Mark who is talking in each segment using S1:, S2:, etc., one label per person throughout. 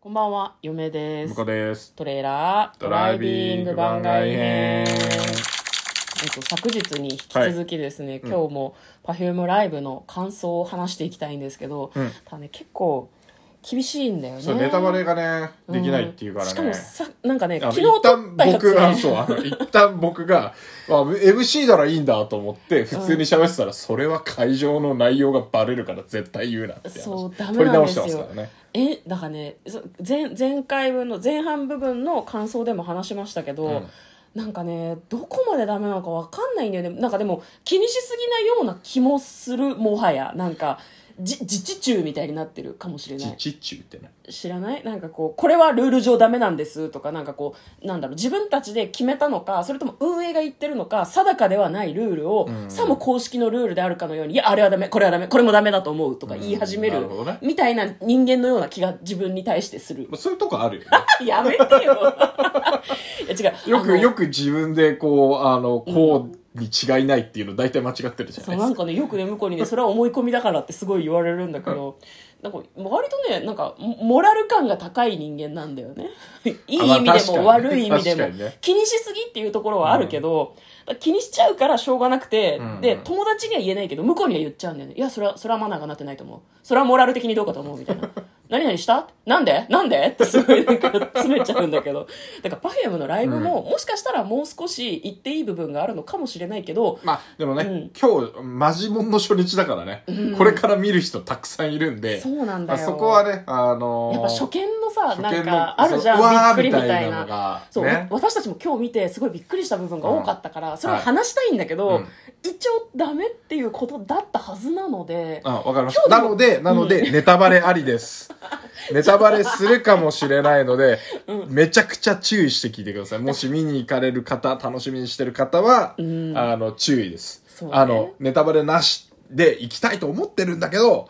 S1: こんばんは、嫁です。
S2: 向こうです。
S1: トレーラードライビング番外編。えっと、昨日に引き続きですね、今日も Perfume ライブの感想を話していきたいんですけど、
S2: うん
S1: ただね、結構厳しいんだよね。
S2: そう、ネタバレがね、できないっていうからね。
S1: しかもさ、なんかね、
S2: あの
S1: 昨日撮ったやつ、
S2: 一旦僕
S1: ね、
S2: が、そう、あの、一旦僕が、まあ、MC ならいいんだと思って、普通に喋ってたら、それは会場の内容がバレるから絶対言うなって話
S1: そうダメなんですよ
S2: 取り直してますからね。
S1: え、だからね、そ前前回分の、前半部分の感想でも話しましたけど、
S2: うん
S1: なんかね、どこまでダメなのかわかんないんだよね。なんかでも、気にしすぎないような気もする、もはや。なんか、じ自治中みたいになってるかもしれない。
S2: ちちっちゅうってね。
S1: 知らないなんかこう、これはルール上ダメなんですとか、なんかこう、なんだろう、自分たちで決めたのか、それとも運営が言ってるのか、定かではないルールを、
S2: ん
S1: さも公式のルールであるかのように、いや、あれはダメ、これはダメ、これもダメだと思うとか言い始め
S2: うん
S1: る
S2: なるほどね、
S1: みたいな人間のような気が自分に対してする
S2: ま。あそういうとこあるよ ね。
S1: やめてよ。いや、違う。
S2: よ
S1: あの
S2: く、よく自分で、こう、あの、こうに違いないっていうの大体間違ってるじゃ
S1: そ
S2: な
S1: う
S2: い
S1: な
S2: で
S1: ん
S2: すか。
S1: かねよくね向こう にねそれは思い込みだからってすごい言われるんだけど、なんか割とねなんかモモラル感が高い人間なんだよねいい
S2: あまあ
S1: 意味で
S2: 確か
S1: も
S2: に
S1: 悪い意味で
S2: 確か
S1: も、
S2: にね
S1: 気にしすぎっていうところはあるけど、だから気にしちゃうからしょうがなくて、
S2: うん
S1: で友達には言えないけど向こうには言っちゃうんだよねいやそれはそれはマナーがなってないと思うそれはモラル的にどうかと思うみたいな 何々したなんでなんでってすごいなんか詰めちゃうんだけどだから Perfume のライブも、もしかしたらもう少し言っていい部分があるのかもしれないけど、
S2: まあ、でもね、
S1: うん
S2: 今日、マジモンの初日だからね、これから見る人たくさんいるんで、
S1: そうなんだ
S2: まあ
S1: よ
S2: そこはね、あのー
S1: やっぱ初見のさ
S2: 初見の
S1: なんかあるじゃ
S2: そううわー
S1: んびっくりみたい
S2: みたいな
S1: な
S2: のが
S1: そう
S2: ね
S1: 私たちも今日見てすごいびっくりした部分が多かったからそれを話したいんだけ
S2: は
S1: ど
S2: いうん
S1: 一応ダメっていうことだったはずなので
S2: あ、わかりました。
S1: 今日
S2: なので、なので、ネタバレあ りです。ネタバレするかもしれないので、めちゃくちゃ注意して聞いてください。もし見に行かれる方、楽しみにしてる方は、
S1: ん
S2: あの、注意です、
S1: そうね
S2: あの、ネタバレなしで行きたいと思ってるんだけど、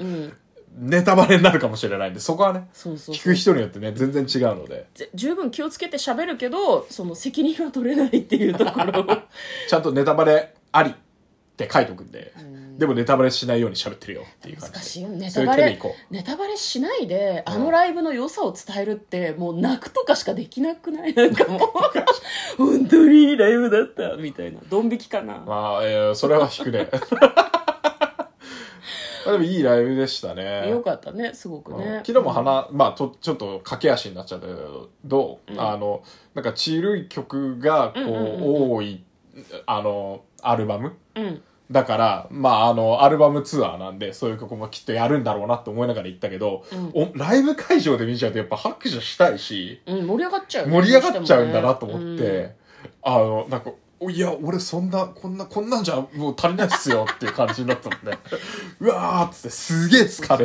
S2: ネタバレになるかもしれないんで、そこはね、
S1: そうそう
S2: 聞
S1: そう
S2: く人によってね、全然違うので、
S1: ぜ十分気をつけて喋るけどその責任は取れないっていうところ
S2: ちゃんとネタバレありって書いとくんで、でもネタバレしないように喋ってるよっていう感じで。
S1: 難しいよネ
S2: そ
S1: タ
S2: ういう
S1: バ
S2: 手でい
S1: レ
S2: こう
S1: ネタバレしないであのライブの良さを伝えるってもう泣くとかしかできなくないなんかもう 本当にいいライブだったみたいなドン引きかな
S2: まあ、えーそれは引くね。 あでもいいライブでしたね。
S1: よかったねすごくね
S2: 昨日も花、まあと、ちょっと駆け足になっちゃったけど、あの、なんか、ちるい曲が、こう、
S1: うんうん
S2: 多い、あの、アルバム
S1: うん
S2: だから、まあ、あの、アルバムツアーなんで、そういう曲もきっとやるんだろうなって思いながら行ったけど、おライブ会場で見ちゃうとやっぱ拍手したいし、
S1: うん、盛り上がっちゃうね
S2: 盛り上がっちゃうんだなと思っ
S1: どうしてもね
S2: て、あの、なんか、おいや、俺そんな、こんな、こんなんじゃもう足りないっすよっていう感じになったんで、 うわーっつって、すげえ疲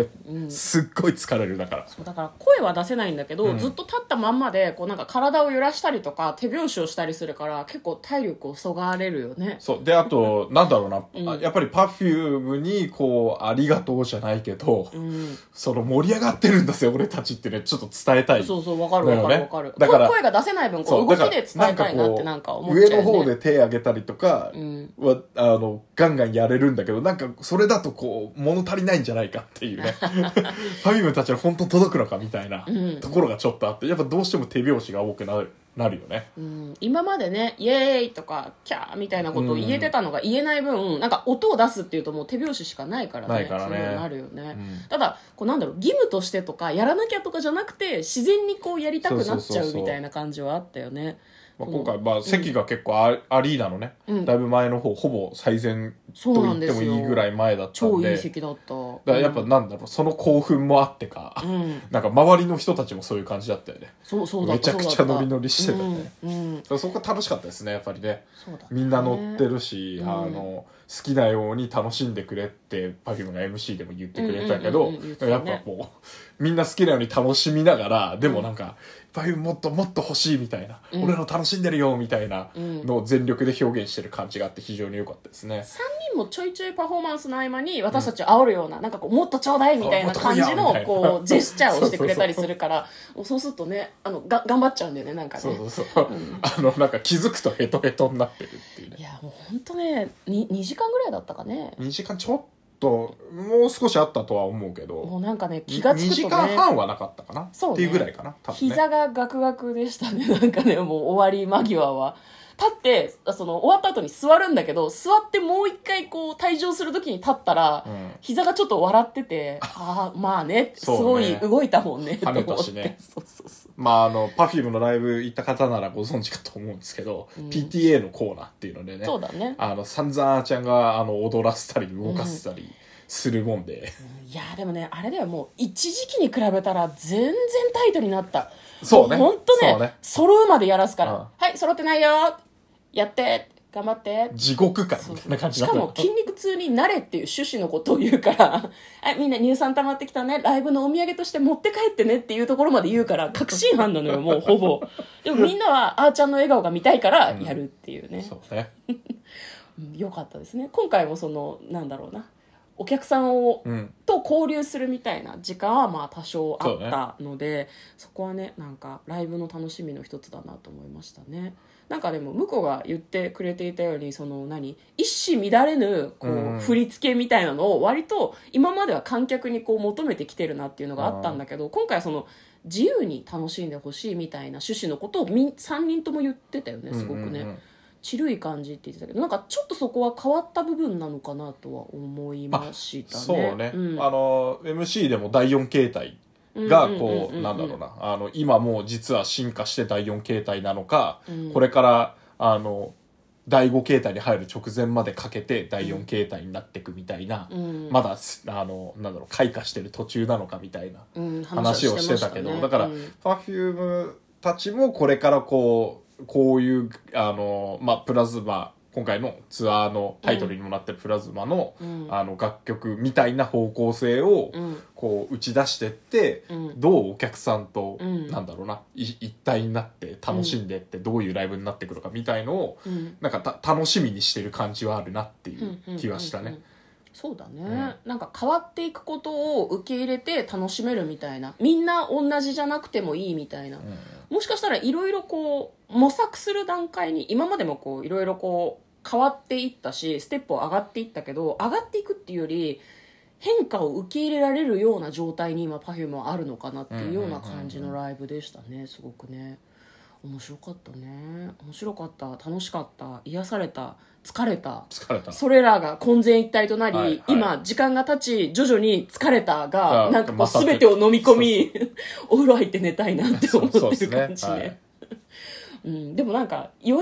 S2: れ、すっごい疲れる、だから。
S1: うんだから声は出せないんだけど、ずっと立ったまんまでこうなんか体を揺らしたりとか手拍子をしたりするから結構体力をそがれるよね
S2: そう。で、あと、なんだろうな、あやっぱり Perfume に、こう、ありがとうじゃないけど、
S1: うん
S2: その盛り上がってるんだぜ、俺たちってね、ちょっと伝えたい。
S1: そうそうわかるわか
S2: だ
S1: る
S2: よね
S1: わかる、
S2: だから
S1: 声が出せない分こ
S2: そうう
S1: 動
S2: だ
S1: き
S2: から
S1: で伝えたいなってなんか
S2: こう
S1: 思っちゃうよ、ね、
S2: 上の方で手上げたりとか、
S1: ん
S2: はあのガンガンやれるんだけどなんかそれだとこう物足りないんじゃないかって いうねファミムたちは本当届くのかみたいな
S1: うん
S2: ところがちょっとあってやっぱどうしても手拍子が多くなるなるよね
S1: うん、今までね、イエーイとか、キャーみたいなことを言えてたのが言えない分、なんか音を出すっていうともう手拍子しかないからね。
S2: ないからね
S1: そういうのあるよね。
S2: うん
S1: ただ、こうなんだろう、義務としてとか、やらなきゃとかじゃなくて、自然にこうやりたくなっちゃ
S2: そうそうそう
S1: う
S2: そう
S1: みたいな感じはあったよね。
S2: まあ、今回まあ席が結構アアリーナのね、
S1: うん
S2: だいぶ前の方ほぼ最前と
S1: そうな
S2: 言
S1: ん
S2: っ
S1: で
S2: て
S1: す
S2: も
S1: よ
S2: いいぐらい前だったん
S1: 超
S2: で
S1: いい席だった。
S2: だからやっぱなんだろうその興奮もあってか、
S1: うん、うん、
S2: なんか周りの人たちもそういう感じだったよね
S1: そう、そうだった。
S2: めちゃくちゃ
S1: そうだった
S2: ノリノリしてたよね
S1: うん、うん
S2: だからそこが楽しかったですねやっぱりね
S1: そうだ、
S2: みんな乗って
S1: る。
S2: るし、
S1: うん
S2: あの好きなように楽しんでくれって Perfume が MC でも言ってくれたけど、
S1: うんうんうんうん言ってたね
S2: やっぱこうみんな好きなように楽しみながらでもなんか、Perfume もっともっと欲しいみたいな、
S1: うん
S2: 俺ら楽しんでるよみたいな
S1: うん
S2: のを全力で表現してる感じがあって非常に良かったですね。
S1: 3人もちょいちょいパフォーマンスの合間に私たちを煽るような,、なんかこうもっとちょうだいみたいな感じ
S2: あ
S1: の
S2: もっと来いよみたいな
S1: こうジェスチャーをしてくれたりするからもうそうするとねあのが頑張っちゃうんだよねなんかね
S2: そうそうそう、あのなんか気づくとヘトヘトになってるっていうね
S1: いやもうほんとねに2時間ぐらいだったかね
S2: 2時間ちょっともう少しあったとは思うけ
S1: も
S2: ど
S1: うなんかね
S2: に
S1: 気がつ
S2: 2
S1: くと
S2: 時
S1: ね
S2: 間半はなかったかな
S1: そうね
S2: っていうぐらいかな多分ね
S1: 膝がガクガクでしたね なんかねもう終わり間際は立ってその終わった後に座るんだけど座ってもう一回こう退場する時に立ったら、
S2: うん
S1: 膝がちょっと笑っててああまあねす
S2: そ
S1: ご
S2: うね
S1: い動いたもんねと
S2: 跳
S1: 思
S2: ね
S1: ったて
S2: しね
S1: そうそうそう
S2: まああの Perfume のライブ行った方ならご存知かと思うんですけど、
S1: うん
S2: PTA のコーナーっていうのでね
S1: そうだね
S2: あの散々あーちゃんがあの踊らせたり動かせたりするもんで、
S1: いやーでもねあれではもう一時期に比べたら全然タイトになった
S2: そうね
S1: も本当
S2: そう
S1: ね
S2: ね
S1: 揃うまでやらすから、
S2: うん
S1: はい揃ってないよーやって頑張って
S2: 地獄感
S1: そう
S2: みた
S1: そ
S2: いな感
S1: う
S2: じ
S1: し
S2: だっ
S1: か
S2: た
S1: も筋肉痛になれっていう趣旨のことを言うから 「あみんな乳酸溜まってきたねライブのお土産として持って帰ってね」っていうところまで言うから確信犯な のよもうほぼでもみんなはあーちゃんの笑顔が見たいからやるっていうね、
S2: そうね
S1: うんよかったですね今回もそのなんだろうなお客さんを
S2: うん
S1: と交流するみたいな時間はまあ多少あったのでそ,、こはねなんかライブの楽しみの一つだなと思いましたねなんかでも向こうが言ってくれていたようにその何一糸乱れぬこ
S2: うん
S1: う振り付けみたいなのを割と今までは観客にこう求めてきてるなっていうのがあったんだけど今回はその自由に楽しんでほしいみたいな趣旨のことをみん3人とも言ってたよねすごくね。
S2: うんうんうん
S1: ちるい感じって言ってたけどなんかちょっとそこは変わった部分なのかなとは思いましたね。
S2: そうね、
S1: ん
S2: あの MC でも第4形態がこうなんだろうなあの今もう実は進化して第4形態なのか、
S1: うん
S2: これからあの第5形態に入る直前までかけて第4形態になっていくみたいな、
S1: うん
S2: まだすあのなんだろう開花してる途中なのかみたいな
S1: うん
S2: 話をしてたけど、だから、
S1: うん
S2: Perfume たちもこれからこうこういうあの、まあ、プラズマ今回のツアーのタイトルにもなってるプラズマの,、
S1: うん
S2: あの楽曲みたいな方向性を
S1: うん
S2: こう打ち出してって、
S1: うん
S2: どうお客さんと、
S1: うん
S2: なんだろうない一体になって楽しんでってどういうライブになってくるかみたいのを、
S1: うん
S2: なんかた楽しみにしてる感じはあるなってい
S1: うんうん
S2: う気はしたね。
S1: うんそうだね、
S2: ん
S1: なんか変わっていくことを受け入れて楽しめるみたいなみんな同じじゃなくてもいいみたいな、
S2: うん
S1: もしかしたらいろいろこう模索する段階に今までもこういろいろこう変わっていったしステップを上がっていったけど上がっていくっていうより変化を受け入れられるような状態に今 Perfume はあるのかなっていうような感じのライブでしたねすごくね面白かったね面白かった楽しかった癒された疲れた
S2: 疲れた
S1: それらが混然一体となり、
S2: はいはい
S1: 今時間が経ち徐々に疲れたが
S2: あ
S1: なんかこ
S2: ま
S1: う
S2: さに
S1: 全てを飲み込み お風呂入って寝たいなって思
S2: そう
S1: っ
S2: で
S1: て
S2: す
S1: る
S2: ね
S1: 感じね
S2: はい
S1: うん、でもなんか余韻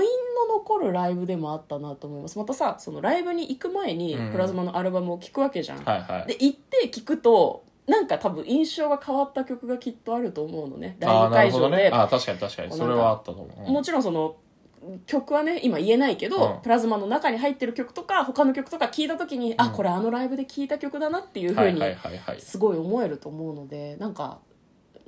S1: の残るライブでもあったなと思いますまたさそのライブに行く前に
S2: うん
S1: プラズマのアルバムを聴くわけじゃん、
S2: はいはい
S1: で行って聴くとなんか多分印象が変わった曲がきっとあると思うのねライ
S2: あー
S1: ブ
S2: なる
S1: 会
S2: ほど
S1: 場
S2: ね
S1: で、
S2: あー確かに確かに
S1: こう
S2: それはあったと思う、うん
S1: もちろんその曲はね今言えないけど、
S2: うん
S1: プラズマの中に入ってる曲とか他の曲とか聴いた時に、あこれあのライブで聴いた曲だなっていうふ
S2: は
S1: う
S2: い
S1: に
S2: はいはいはい
S1: すごい思えると思うのでなんか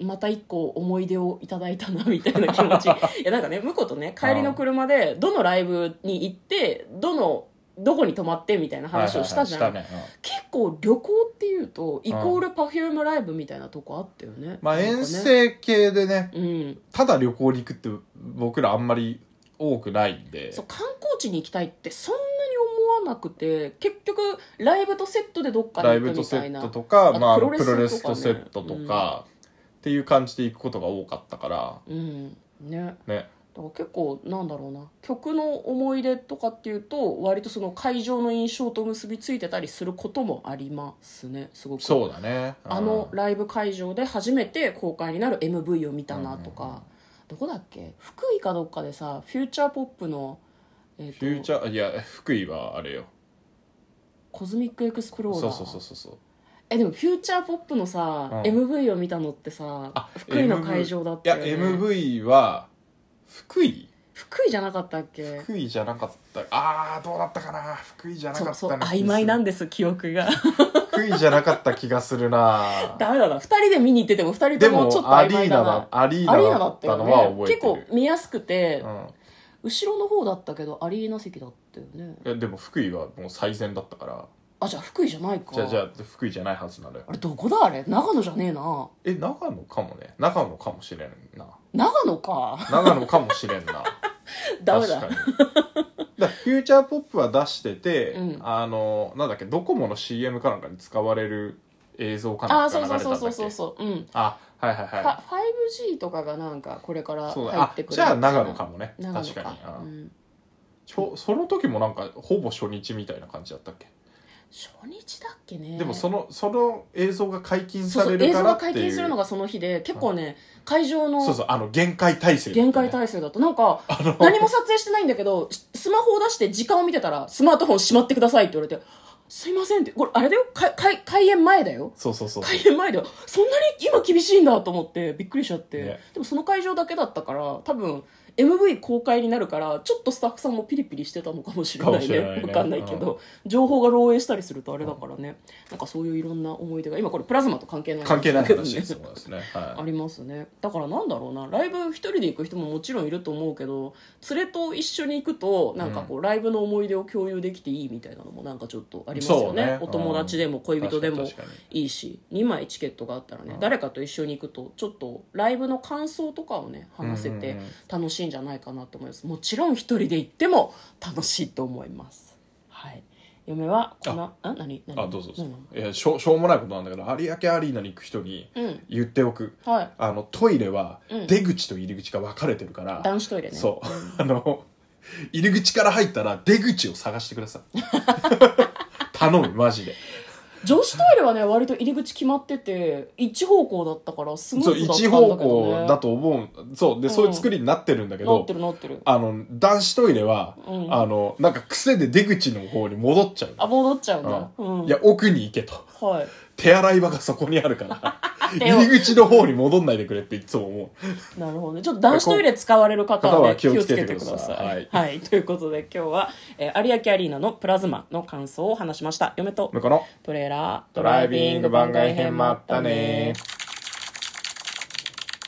S1: また一個思い出をいただいたなみたいな気持ち いやなんかね向こうとね帰りの車でどのライブに行ってどのどこに泊まってみたいな話をしたじゃん、
S2: はいはいはいしたねうん
S1: 結構旅行っていうとイコール Perfume ライブみたいなとこあったよね、
S2: まあ
S1: なんかね
S2: 遠征系でね
S1: うん、
S2: ただ旅行に行くって僕らあんまり多くないんで
S1: そう観光地に行きたいってそんなに思わなくて結局ライブとセットでどっか
S2: ライ
S1: に行
S2: ブ
S1: く
S2: と
S1: み
S2: セ
S1: たい
S2: ッ
S1: な
S2: トとか
S1: あと
S2: まあ、プ
S1: プ
S2: ロ
S1: ロ
S2: レ
S1: レ
S2: ス
S1: ス
S2: と
S1: とかね
S2: セットとか、っていう感じで行くことが多かったか
S1: うんね
S2: らね
S1: だから結構なんだろうな曲の思い出とかっていうと割とその会場の印象と結びついてたりすることもありますねすごく
S2: そうだね、うん
S1: あのライブ会場で初めて公開になる MV を見たなとか、
S2: うんうんうん
S1: どこだっけ福井かどっかでさフューチャーポップの、えーと
S2: フューチャーいや福井はあれよ
S1: コズミックエクスプローラー
S2: そうそうそうそうそう
S1: えでもフューチャーポップのさ、
S2: うん
S1: MV を見たのってさ
S2: あ
S1: 福井の会場だっ
S2: い
S1: た
S2: や
S1: よ、ね、
S2: MV は福井
S1: 福井じゃなかったっけ
S2: 福井じゃなかったああどうだったかな福井じゃなかった
S1: そう
S2: な
S1: そう曖昧なんです記憶が
S2: 福井じゃなかった気がするな
S1: ダメだな2人 で見に行ってても2人
S2: で
S1: ともちょっと
S2: もア
S1: 曖
S2: リー
S1: 昧
S2: ナ
S1: だ
S2: だ
S1: な
S2: アリー
S1: アリーナ
S2: ナだ
S1: だ
S2: っ
S1: ったた
S2: の
S1: よ
S2: は
S1: ね
S2: 覚え
S1: 結
S2: てる
S1: 構見やすくて、
S2: うん
S1: 後ろの方だったけどアリーナ席だったよね
S2: えでも福井はもう最善だったから
S1: あじゃあ福井じゃないか
S2: じゃあじゃあ福井じゃないはずなのよ
S1: あれどこだあれ長野じゃねえな
S2: え長野かもね長野かもしれんな
S1: 長野か
S2: 長野かもしれんな
S1: ダメだ
S2: 確かにだからフューチャーポップは出してて、
S1: うん
S2: あのなんだっけドコモの CM かなんかに使われる映像か
S1: あ
S2: な
S1: あ
S2: んか
S1: そ
S2: 流
S1: う
S2: れ
S1: そう
S2: た
S1: んそうそ
S2: だっ
S1: うそうそ
S2: け
S1: ううん
S2: あはいはい
S1: フ
S2: は
S1: ァ 5G とかがなんかこれから
S2: いそう
S1: 入
S2: だ
S1: っ
S2: あ
S1: てくる
S2: じゃあ長野かもね
S1: 長野
S2: 確かに
S1: か、
S2: あ
S1: うん、
S2: ちょその時もなんかほぼ初日みたいな感じだったっけ、
S1: 初日だっけね
S2: でもそのその映像が解禁
S1: そう
S2: さ
S1: そう
S2: れ
S1: 映
S2: る
S1: 像
S2: から
S1: が
S2: って
S1: 解
S2: いう
S1: 禁するのがその日で結構ね会場の
S2: そうそうあの限界体制だったね、
S1: 限界体制だとなんか
S2: の
S1: 何も撮影してないんだけ どしスマホを出して時間を見てたらスマートフォンしまってくださいって言われて「すいません」ってこれあれだよかか開演前だよ
S2: そうそうそう
S1: 開演前だよそんなに今厳しいんだと思ってびっくりしちゃって、
S2: ね
S1: でもその会場だけだったから多分 MV 公開になるからちょっとスタッフさんもピリピリしてたのかもしれな
S2: かも
S1: い
S2: し
S1: ね
S2: れ
S1: わ
S2: ないね
S1: かんないけど、情報が漏洩したりするとあれだからね、なんかそういういろんな思い出が今これプラズマと関係ない話
S2: 関係ない
S1: だけどね
S2: 話 ですそうですね、
S1: あ
S2: は
S1: りますねだからなんだろうなライブ一人で行く人ももちろんいると思うけど連れと一緒に行くとなんかこう、ライブの思い出を共有できていいみたいなのもなんかちょっとありますよね
S2: そうね
S1: お友達でも恋人でも
S2: 確かに確か
S1: いいし2枚チケットがあったらね、誰かと一緒に行くとちょっとライブの感想とかをね話せ
S2: う
S1: て
S2: んうんうん
S1: 楽しいんじゃないかなと思いますもちろん一人で行っても楽しいと思いますはい嫁はこのあ何何
S2: い、あどうぞどう
S1: 何
S2: ぞいやしょうしょうもないことなんだけど有明アリーナに行く人に
S1: うん
S2: 言っておく、
S1: はい
S2: あのトイレは
S1: うん
S2: 出口と入り口が分かれてるから、
S1: 男子トイレね
S2: そう、 あの入り口から入ったら出口を探してくださ い頼むマジで
S1: 女子トイレはね割と入り口決まってて一方向だったからスム
S2: そう
S1: ーズだったんだけ
S2: 一
S1: ど、ね、
S2: 方向だと思うそうで、そういう作りになってるんだけ
S1: な
S2: ど
S1: ってるなってる
S2: あの男子トイレは、
S1: うん
S2: あのなんか癖で出口の方に戻っちゃう
S1: あ戻っちゃうんだ
S2: う
S1: うんん
S2: いや奥に行けと
S1: はい
S2: 手洗い場がそこにあるから
S1: 手を
S2: 入り口の方に戻んないでくれっていつも思う
S1: なるほどねちょっと男子トイレ使われる方は,、ね、
S2: 方は気をつけて
S1: 気を
S2: ください
S1: はい、はいということで今日は、えー有明アリーナのプラズマの感想を話しました嫁と
S2: 向こうの
S1: トレーラード
S2: ドライビング番外編もあったね